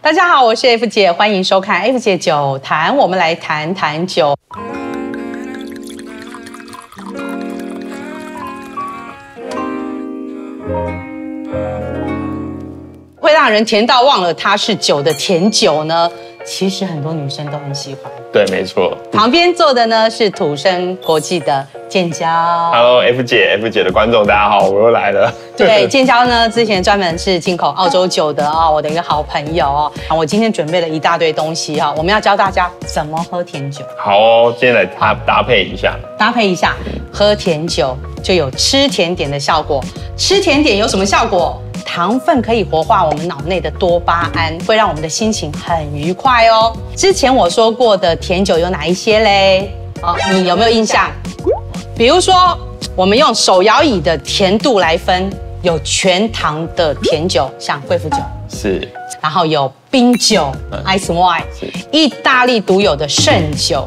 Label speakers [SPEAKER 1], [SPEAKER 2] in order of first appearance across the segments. [SPEAKER 1] 大家好，我是 F 姐，欢迎收看 F 姐酒谈，我们来谈谈酒。会让人甜到忘了它是酒的甜酒呢？其实很多女生都很喜欢。
[SPEAKER 2] 对，没错。
[SPEAKER 1] 旁边坐的呢是土生国际的建交。
[SPEAKER 2] Hello，F 姐，F 姐的观众，大家好，我又来了。
[SPEAKER 1] 对，建交呢，之前专门是进口澳洲酒的啊、我的一个好朋友哦。啊我今天准备了一大堆东西啊、我们要教大家怎么喝甜酒，
[SPEAKER 2] 好哦，今天来搭搭配一下。
[SPEAKER 1] 搭配一下，喝甜酒就有吃甜点的效果。吃甜点有什么效果？糖分可以活化我们脑内的多巴胺，会让我们的心情很愉快哦。之前我说过的甜酒有哪一些嘞？哦，你有没有印象？比如说，我们用手摇椅的甜度来分，有全糖的甜酒，像贵腐酒，
[SPEAKER 2] 是
[SPEAKER 1] 然后有冰酒
[SPEAKER 2] 嗯
[SPEAKER 1] （ice wine），
[SPEAKER 2] 是
[SPEAKER 1] 意大利独有的圣酒。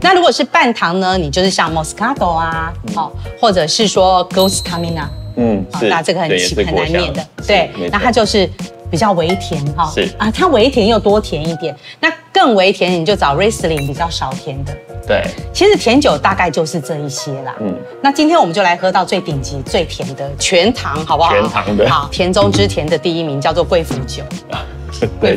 [SPEAKER 1] 那如果是半糖呢？你就是像 Moscato 啊，哦，或者是说 Gostamina，
[SPEAKER 2] 嗯，
[SPEAKER 1] 哦
[SPEAKER 2] 是。
[SPEAKER 1] 那这个很
[SPEAKER 2] 对也是
[SPEAKER 1] 很难
[SPEAKER 2] 果香
[SPEAKER 1] 念的，
[SPEAKER 2] 是
[SPEAKER 1] 对
[SPEAKER 2] 没，
[SPEAKER 1] 那
[SPEAKER 2] 错
[SPEAKER 1] 它就是比较微甜哈，
[SPEAKER 2] 是
[SPEAKER 1] 啊，它微甜又多甜一点，那更微甜你就找 Riesling 比较少甜的。
[SPEAKER 2] 对，
[SPEAKER 1] 其实甜酒大概就是这一些啦。
[SPEAKER 2] 嗯，
[SPEAKER 1] 那今天我们就来喝到最顶级、最甜的全糖，好不好？
[SPEAKER 2] 全糖的
[SPEAKER 1] 好，甜中之甜的第一名叫做贵腐酒，
[SPEAKER 2] 对，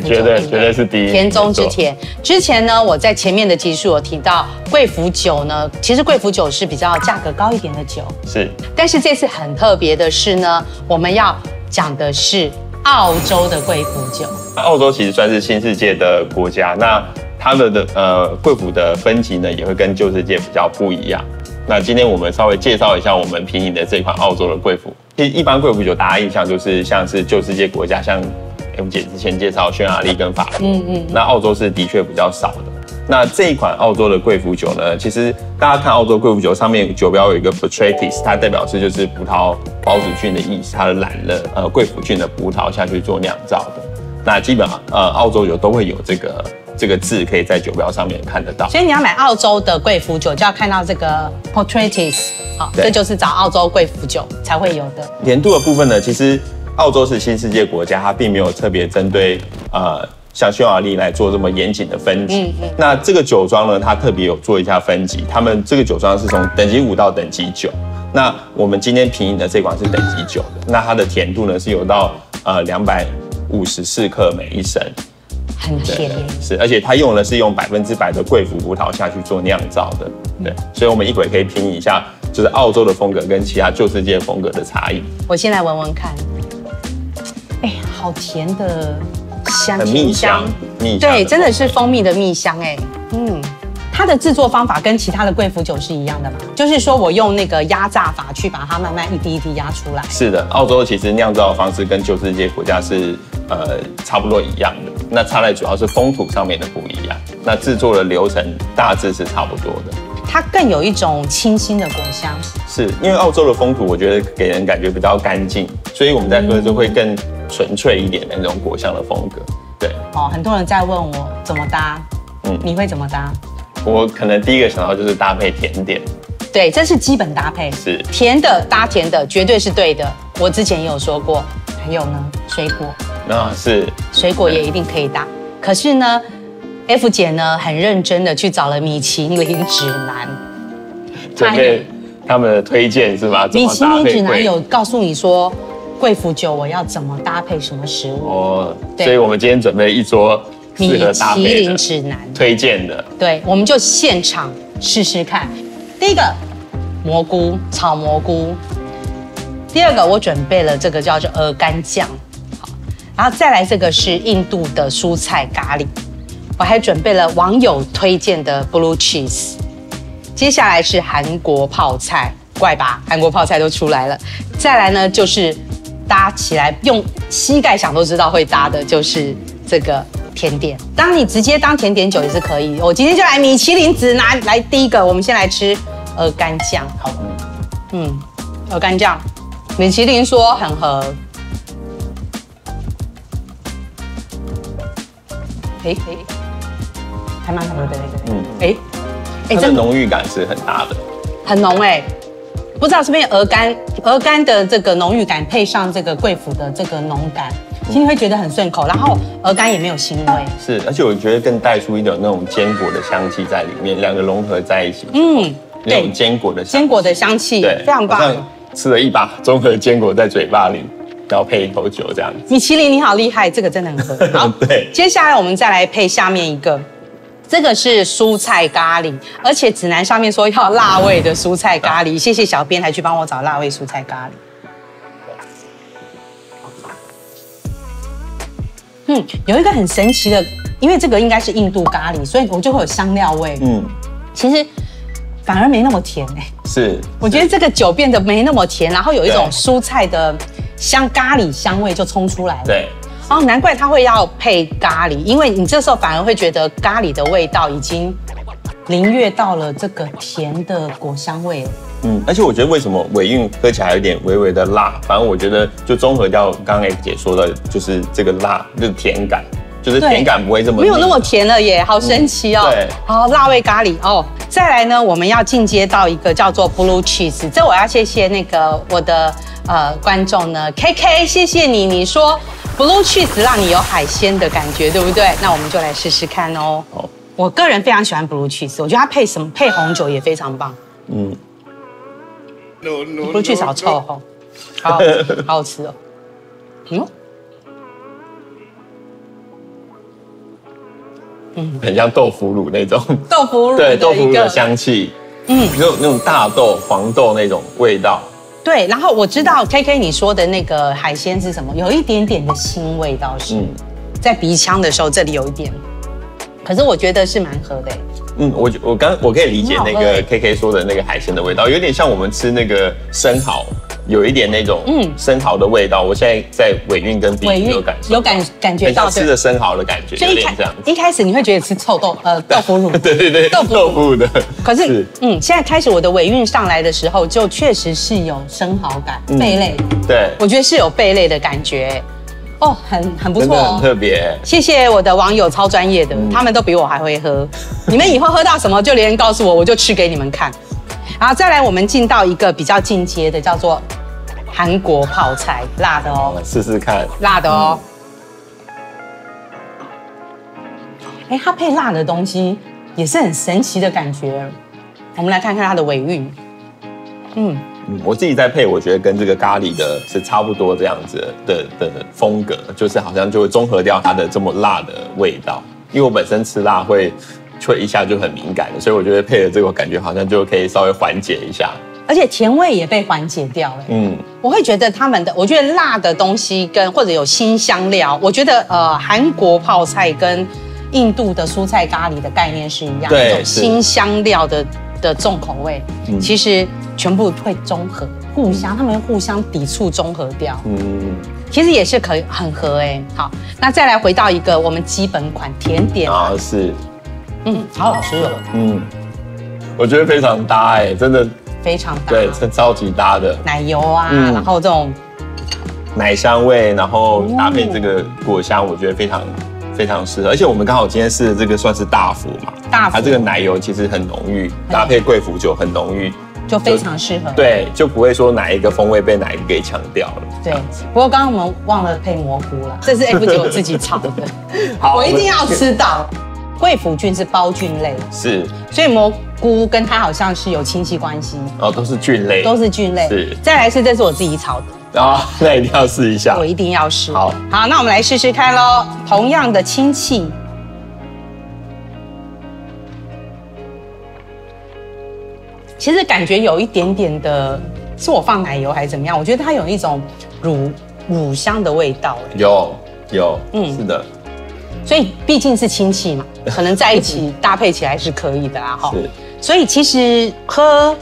[SPEAKER 1] 贵腐酒
[SPEAKER 2] 绝对
[SPEAKER 1] 对不
[SPEAKER 2] 绝对是第一，
[SPEAKER 1] 甜中
[SPEAKER 2] 没
[SPEAKER 1] 之
[SPEAKER 2] 错。
[SPEAKER 1] 甜。之前呢，我在前面的集数有提到贵腐酒呢，其实贵腐酒是比较价格高一点的酒，
[SPEAKER 2] 是
[SPEAKER 1] 但是这次很特别的是呢，我们要讲的是澳洲的贵腐酒。
[SPEAKER 2] 澳洲其实算是新世界的国家，那它的的呃贵腐的分级呢，也会跟旧世界比较不一样。那今天我们稍微介绍一下我们品饮的这款澳洲的贵腐。其实一般贵腐酒大家印象就是像是旧世界国家，像 M 姐之前介绍匈牙利跟法国，
[SPEAKER 1] 嗯嗯，
[SPEAKER 2] 那澳洲是的确比较少的。那这一款澳洲的贵腐酒呢，其实大家看澳洲贵腐酒上面酒标有一个 botrytis，它代表是就是葡萄孢子菌的意思，它染了呃贵腐菌的葡萄下去做酿造的。那基本上呃澳洲酒都会有这个这个字可以在酒标上面看得到。
[SPEAKER 1] 所以你要买澳洲的贵腐酒，就要看到这个 Portraitis，好，
[SPEAKER 2] 对
[SPEAKER 1] 这就是找澳洲贵腐酒才会有的。
[SPEAKER 2] 年度的部分呢，其实澳洲是新世界国家，它并没有特别针对呃像匈牙利来做这么严谨的分级。
[SPEAKER 1] 嗯嗯
[SPEAKER 2] 那这个酒庄呢，它特别有做一下分级，他们这个酒庄是从等级五到等级九。那我们今天品饮的这款是等级九的，那它的甜度呢是有到呃两百五十四克每一升，
[SPEAKER 1] 很甜。
[SPEAKER 2] 是，而且它用的是用百分之百的贵腐葡萄下去做酿造的，
[SPEAKER 1] 嗯
[SPEAKER 2] 对，所以我们一会可以品饮一下，就是澳洲的风格跟其他旧世界风格的差异。
[SPEAKER 1] 我先来闻闻看，哎，好甜的香，
[SPEAKER 2] 很蜜香，蜜香
[SPEAKER 1] 对，真的
[SPEAKER 2] 风
[SPEAKER 1] 是蜂蜜的蜜香哎，嗯。它的制作方法跟其他的贵腐酒是一样的吗？就是说我用那个压榨法去把它慢慢一滴一滴压出来。
[SPEAKER 2] 是的，澳洲其实酿造的方式跟旧世界国家是呃差不多一样的，那差在主要是风土上面的不一样，那制作的流程大致是差不多的。
[SPEAKER 1] 它更有一种清新的果香，
[SPEAKER 2] 是因为澳洲的风土，我觉得给人感觉比较干净，所以我们在喝就会更纯粹一点的那种果香的风格。对
[SPEAKER 1] 哦，很多人在问我怎么搭，嗯
[SPEAKER 2] 嗯，
[SPEAKER 1] 你会怎么搭？
[SPEAKER 2] 我可能第一个想到就是搭配甜点，
[SPEAKER 1] 对，这是基本搭配，
[SPEAKER 2] 是
[SPEAKER 1] 甜的搭甜的绝对是对的。我之前也有说过，还有呢，水果，
[SPEAKER 2] 那是
[SPEAKER 1] 水果也一定可以搭。
[SPEAKER 2] 嗯
[SPEAKER 1] 可是呢，F 姐呢很认真的去找了米其林指南，
[SPEAKER 2] 准备他们的推荐是吧？怎
[SPEAKER 1] 米
[SPEAKER 2] 么
[SPEAKER 1] 其
[SPEAKER 2] 搭
[SPEAKER 1] 林
[SPEAKER 2] 配
[SPEAKER 1] 指南
[SPEAKER 2] 会
[SPEAKER 1] 有告诉你说，贵腐酒我要怎么搭配什么食物，
[SPEAKER 2] 哦，
[SPEAKER 1] 对
[SPEAKER 2] 所以我们今天准备一桌
[SPEAKER 1] 米
[SPEAKER 2] 适合搭
[SPEAKER 1] 其
[SPEAKER 2] 配
[SPEAKER 1] 林
[SPEAKER 2] 的
[SPEAKER 1] 指南。
[SPEAKER 2] 推荐的，
[SPEAKER 1] 对，我们就现场试试看。第一个蘑菇炒蘑菇，第二个我准备了这个叫做鹅肝酱，好，然后再来这个是印度的蔬菜咖喱，我还准备了网友推荐的 blue cheese，接下来是韩国泡菜，怪吧？韩国泡菜都出来了，再来呢就是搭起来用膝盖想都知道会搭的，就是这个甜点。当你直接当甜点酒也是可以。我今天就来米其林指南，来第一个，我们先来吃鹅肝酱，好了，嗯，鹅肝酱，米其林说很合。嗯呃哎哎，还蛮合的，
[SPEAKER 2] 嗯，
[SPEAKER 1] 哎哎，
[SPEAKER 2] 它
[SPEAKER 1] 真
[SPEAKER 2] 的
[SPEAKER 1] 的
[SPEAKER 2] 浓郁感是很大的，
[SPEAKER 1] 很浓哎、不知道是不是鹅肝，鹅肝的这个浓郁感配上这个贵腐的这个浓感，今天会觉得很顺口，然后鹅肝也没有腥味。
[SPEAKER 2] 是，而且我觉得更带出一种那种坚果的香气在里面，两个融合在一起，
[SPEAKER 1] 嗯，
[SPEAKER 2] 那种
[SPEAKER 1] 对，
[SPEAKER 2] 坚果的香气
[SPEAKER 1] 坚果的香气，
[SPEAKER 2] 对，
[SPEAKER 1] 非常棒
[SPEAKER 2] 好。像吃了一把综合坚果在嘴巴里，然后配一口酒这样子。，
[SPEAKER 1] 米其林你好厉害，这个真的很合。好
[SPEAKER 2] 对
[SPEAKER 1] 接下来我们再来配下面一个，这个是蔬菜咖喱，而且指南上面说要辣味的蔬菜咖喱，谢谢小编还去帮我找辣味蔬菜咖喱。嗯，有一个很神奇的，因为这个应该是印度咖喱，所以我就会有香料味。
[SPEAKER 2] 嗯，
[SPEAKER 1] 其实反而没那么甜哎、
[SPEAKER 2] 是，
[SPEAKER 1] 我觉得这个酒变得没那么甜，然后有一种
[SPEAKER 2] 对
[SPEAKER 1] 蔬菜的香咖喱香味就冲出来了。
[SPEAKER 2] 对，
[SPEAKER 1] 哦，难怪它会要配咖喱，因为你这时候反而会觉得咖喱的味道已经凌越到了这个甜的果香味了。
[SPEAKER 2] 嗯，而且我觉得为什么尾韵喝起来有点微微的辣，反正我觉得就综合掉刚刚 S 姐说的，就是这个辣，就是甜感，就是
[SPEAKER 1] 对
[SPEAKER 2] 甜感不会这么
[SPEAKER 1] 没有那么
[SPEAKER 2] 腻
[SPEAKER 1] 甜了耶，好神奇哦！
[SPEAKER 2] 嗯对
[SPEAKER 1] 好辣味咖喱哦。再来呢，我们要进阶到一个叫做 blue cheese，这我要谢谢那个我的呃观众呢，K K，谢谢你，你说 blue cheese 让你有海鲜的感觉，对不对？那我们就来试试看哦。
[SPEAKER 2] 好，
[SPEAKER 1] 我个人非常喜欢 blue cheese，我觉得它配什么配红酒也非常棒。
[SPEAKER 2] 嗯，
[SPEAKER 3] No, no,
[SPEAKER 1] 不
[SPEAKER 3] no,
[SPEAKER 1] 去找臭
[SPEAKER 3] no.
[SPEAKER 1] 哦，好 好吃，好好吃哦。嗯，
[SPEAKER 2] 很像豆腐乳那种，
[SPEAKER 1] 豆腐乳
[SPEAKER 2] 对，豆
[SPEAKER 1] 的
[SPEAKER 2] 腐乳
[SPEAKER 1] 嗯一
[SPEAKER 2] 的
[SPEAKER 1] 个，
[SPEAKER 2] 香气，
[SPEAKER 1] 嗯，
[SPEAKER 2] 那种那种大豆、黄豆那种味道，
[SPEAKER 1] 对。然后我知道 K K 你说的那个海鲜是什么，有一点点的腥味倒是，
[SPEAKER 2] 嗯。
[SPEAKER 1] 在鼻腔的时候这里有一点，可是我觉得是蛮合的欸。
[SPEAKER 2] 嗯，我觉我刚我可以理解那
[SPEAKER 1] 很好喝
[SPEAKER 2] 个 K K 说的那个海鲜的味道，有点像我们吃那个生蚝，有一点那种
[SPEAKER 1] 嗯
[SPEAKER 2] 嗯生蚝的味道。我现在在尾韵跟鼻
[SPEAKER 1] 尾
[SPEAKER 2] 韵
[SPEAKER 1] 韵
[SPEAKER 2] 有感受，
[SPEAKER 1] 有感感觉
[SPEAKER 2] 很
[SPEAKER 1] 到
[SPEAKER 2] 像
[SPEAKER 1] 对
[SPEAKER 2] 吃
[SPEAKER 1] 不对
[SPEAKER 2] 的生蚝的感觉，
[SPEAKER 1] 所
[SPEAKER 2] 有
[SPEAKER 1] 以一
[SPEAKER 2] 点这
[SPEAKER 1] 开
[SPEAKER 2] 样。
[SPEAKER 1] 一开始你会觉得吃臭豆呃豆腐乳，
[SPEAKER 2] 对对对，
[SPEAKER 1] 豆腐
[SPEAKER 2] 豆腐的，
[SPEAKER 1] 可是
[SPEAKER 2] 是
[SPEAKER 1] 嗯，现在开始我的尾韵上来的时候，就确实是有生蚝感，
[SPEAKER 2] 嗯
[SPEAKER 1] 贝类，
[SPEAKER 2] 对，
[SPEAKER 1] 我觉得是有贝类的感觉欸。哦，很很不
[SPEAKER 2] 真
[SPEAKER 1] 错
[SPEAKER 2] 的
[SPEAKER 1] 哦
[SPEAKER 2] 很。特别。
[SPEAKER 1] 谢谢我的网友超专业的，他们都比我还会喝。你们以后喝到什么就留言告诉我，我就吃给你们看。然后再来，我们进到一个比较进阶的，叫做韩国泡菜，辣的哦
[SPEAKER 2] 我，们试试看，
[SPEAKER 1] 辣的哦。哎、它配辣的东西也是很神奇的感觉。我们来看看它的尾韵，嗯，
[SPEAKER 2] 嗯，我自己在配，我觉得跟这个咖喱的是差不多这样子的的的风格，就是好像就会综合掉它的这么辣的味道。因为我本身吃辣会会一下就很敏感的，所以我觉得配了这个，我感觉好像就可以稍微缓解一下。
[SPEAKER 1] 而且甜味也被缓解掉了。
[SPEAKER 2] 嗯，
[SPEAKER 1] 我会觉得他们的，我觉得辣的东西跟或者有新香料，我觉得呃韩国泡菜跟印度的蔬菜咖喱的概念是一样，
[SPEAKER 2] 对
[SPEAKER 1] 一种
[SPEAKER 2] 是
[SPEAKER 1] 新香料的的重口味，
[SPEAKER 2] 嗯
[SPEAKER 1] 其实全部会中和，互相他们会互相抵触中和掉，
[SPEAKER 2] 嗯，
[SPEAKER 1] 其实也是可以很合哎、好，那再来回到一个我们基本款甜点，
[SPEAKER 2] 啊是，
[SPEAKER 1] 嗯，好好吃哦，
[SPEAKER 2] 嗯，我觉得非常搭哎、真的，
[SPEAKER 1] 非常搭，
[SPEAKER 2] 对，超超级搭的，
[SPEAKER 1] 奶油啊，
[SPEAKER 2] 嗯
[SPEAKER 1] 然后这种
[SPEAKER 2] 奶香味，然后搭配这个果香，我觉得非常非常适合。而且我们刚好今天是这个算是大福嘛，
[SPEAKER 1] 大福
[SPEAKER 2] 它这个奶油其实很浓郁，搭配贵腐酒很浓郁，
[SPEAKER 1] 就非常适合，
[SPEAKER 2] 对，就不会说哪一个风味被哪一个给抢掉了。
[SPEAKER 1] 对，不过刚刚我们忘了配蘑菇了，这是 F 姐 我自己炒的，
[SPEAKER 2] 好
[SPEAKER 1] 我一定要吃到。贵腐菌是包菌类，
[SPEAKER 2] 是，
[SPEAKER 1] 所以蘑菇跟它好像是有亲戚关系，
[SPEAKER 2] 然哦后都是菌类，
[SPEAKER 1] 都是菌类。
[SPEAKER 2] 是
[SPEAKER 1] 再来是这是我自己炒的，
[SPEAKER 2] 啊，那一定要试一下
[SPEAKER 1] 我。一定要试。
[SPEAKER 2] 好，
[SPEAKER 1] 好，那我们来试试看喽。同样的亲戚，其实感觉有一点点的，是我放奶油还是怎么样？我觉得它有一种乳乳香的味道，哎
[SPEAKER 2] 有有，
[SPEAKER 1] 嗯
[SPEAKER 2] 嗯，是的，
[SPEAKER 1] 所以毕竟是亲戚 嘛，可能在一起搭配起来是可以的啦啊哈
[SPEAKER 2] 是。
[SPEAKER 1] 所以其实喝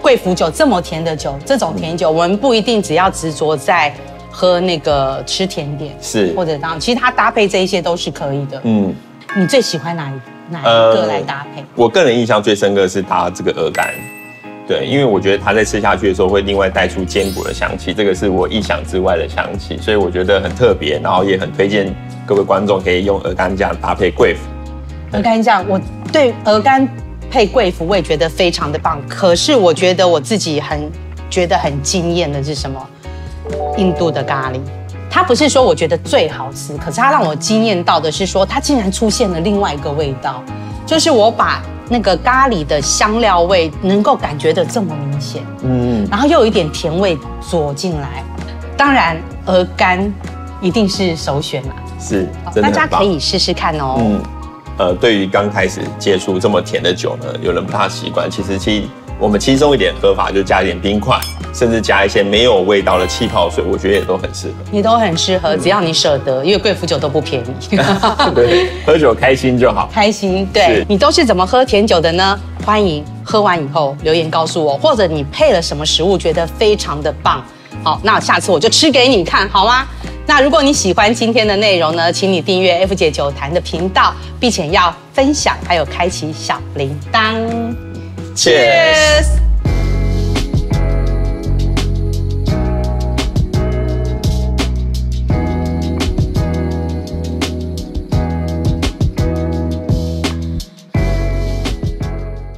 [SPEAKER 1] 贵腐酒这么甜的酒，这种甜酒，我们不一定只要执着在喝那个吃甜点，
[SPEAKER 2] 是
[SPEAKER 1] 或者当其实它搭配这一些都是可以的。
[SPEAKER 2] 嗯。呃
[SPEAKER 1] 你最喜欢哪一哪一个来搭配？
[SPEAKER 2] 我个人印象最深刻的是它这个鹅肝，对，因为我觉得它在吃下去的时候会另外带出坚果的香气，这个是我意想之外的香气，所以我觉得很特别，然后也很推荐各位观众可以用鹅肝酱搭配贵腐。
[SPEAKER 1] 鹅肝酱，我对鹅肝配贵腐，我也觉得非常的棒。可是我觉得我自己很觉得很惊艳的是什么？印度的咖喱，它不是说我觉得最好吃，可是它让我惊艳到的是说，它竟然出现了另外一个味道，就是我把那个咖喱的香料味能够感觉的这么明显，
[SPEAKER 2] 嗯，
[SPEAKER 1] 然后又有一点甜味佐进来。当然，鹅肝一定是首选啦，
[SPEAKER 2] 是
[SPEAKER 1] 好，
[SPEAKER 2] 真的
[SPEAKER 1] 哦大
[SPEAKER 2] 很
[SPEAKER 1] 家
[SPEAKER 2] 棒
[SPEAKER 1] 可以试试看哦。
[SPEAKER 2] 嗯，呃，对于刚开始接触这么甜的酒呢，有人不大习惯。其实其我们轻松一点喝法，就加一点冰块，甚至加一些没有味道的气泡水，我觉得也都很适合。
[SPEAKER 1] 你都很适
[SPEAKER 2] 嗯
[SPEAKER 1] 合，只要你舍得，因为贵腐酒都不便 宜。
[SPEAKER 2] 对，喝酒开心就好。
[SPEAKER 1] 开心，对
[SPEAKER 2] 是
[SPEAKER 1] 你都是怎么喝甜酒的呢？欢迎喝完以后留言告诉我，或者你配了什么食物觉得非常的棒，好，那下次我就吃给你看，好吗？那如果你喜欢今天的内容呢，请你订阅 F 姐酒坛的频道，并且要分享，还有开启小铃铛。
[SPEAKER 2] Cheers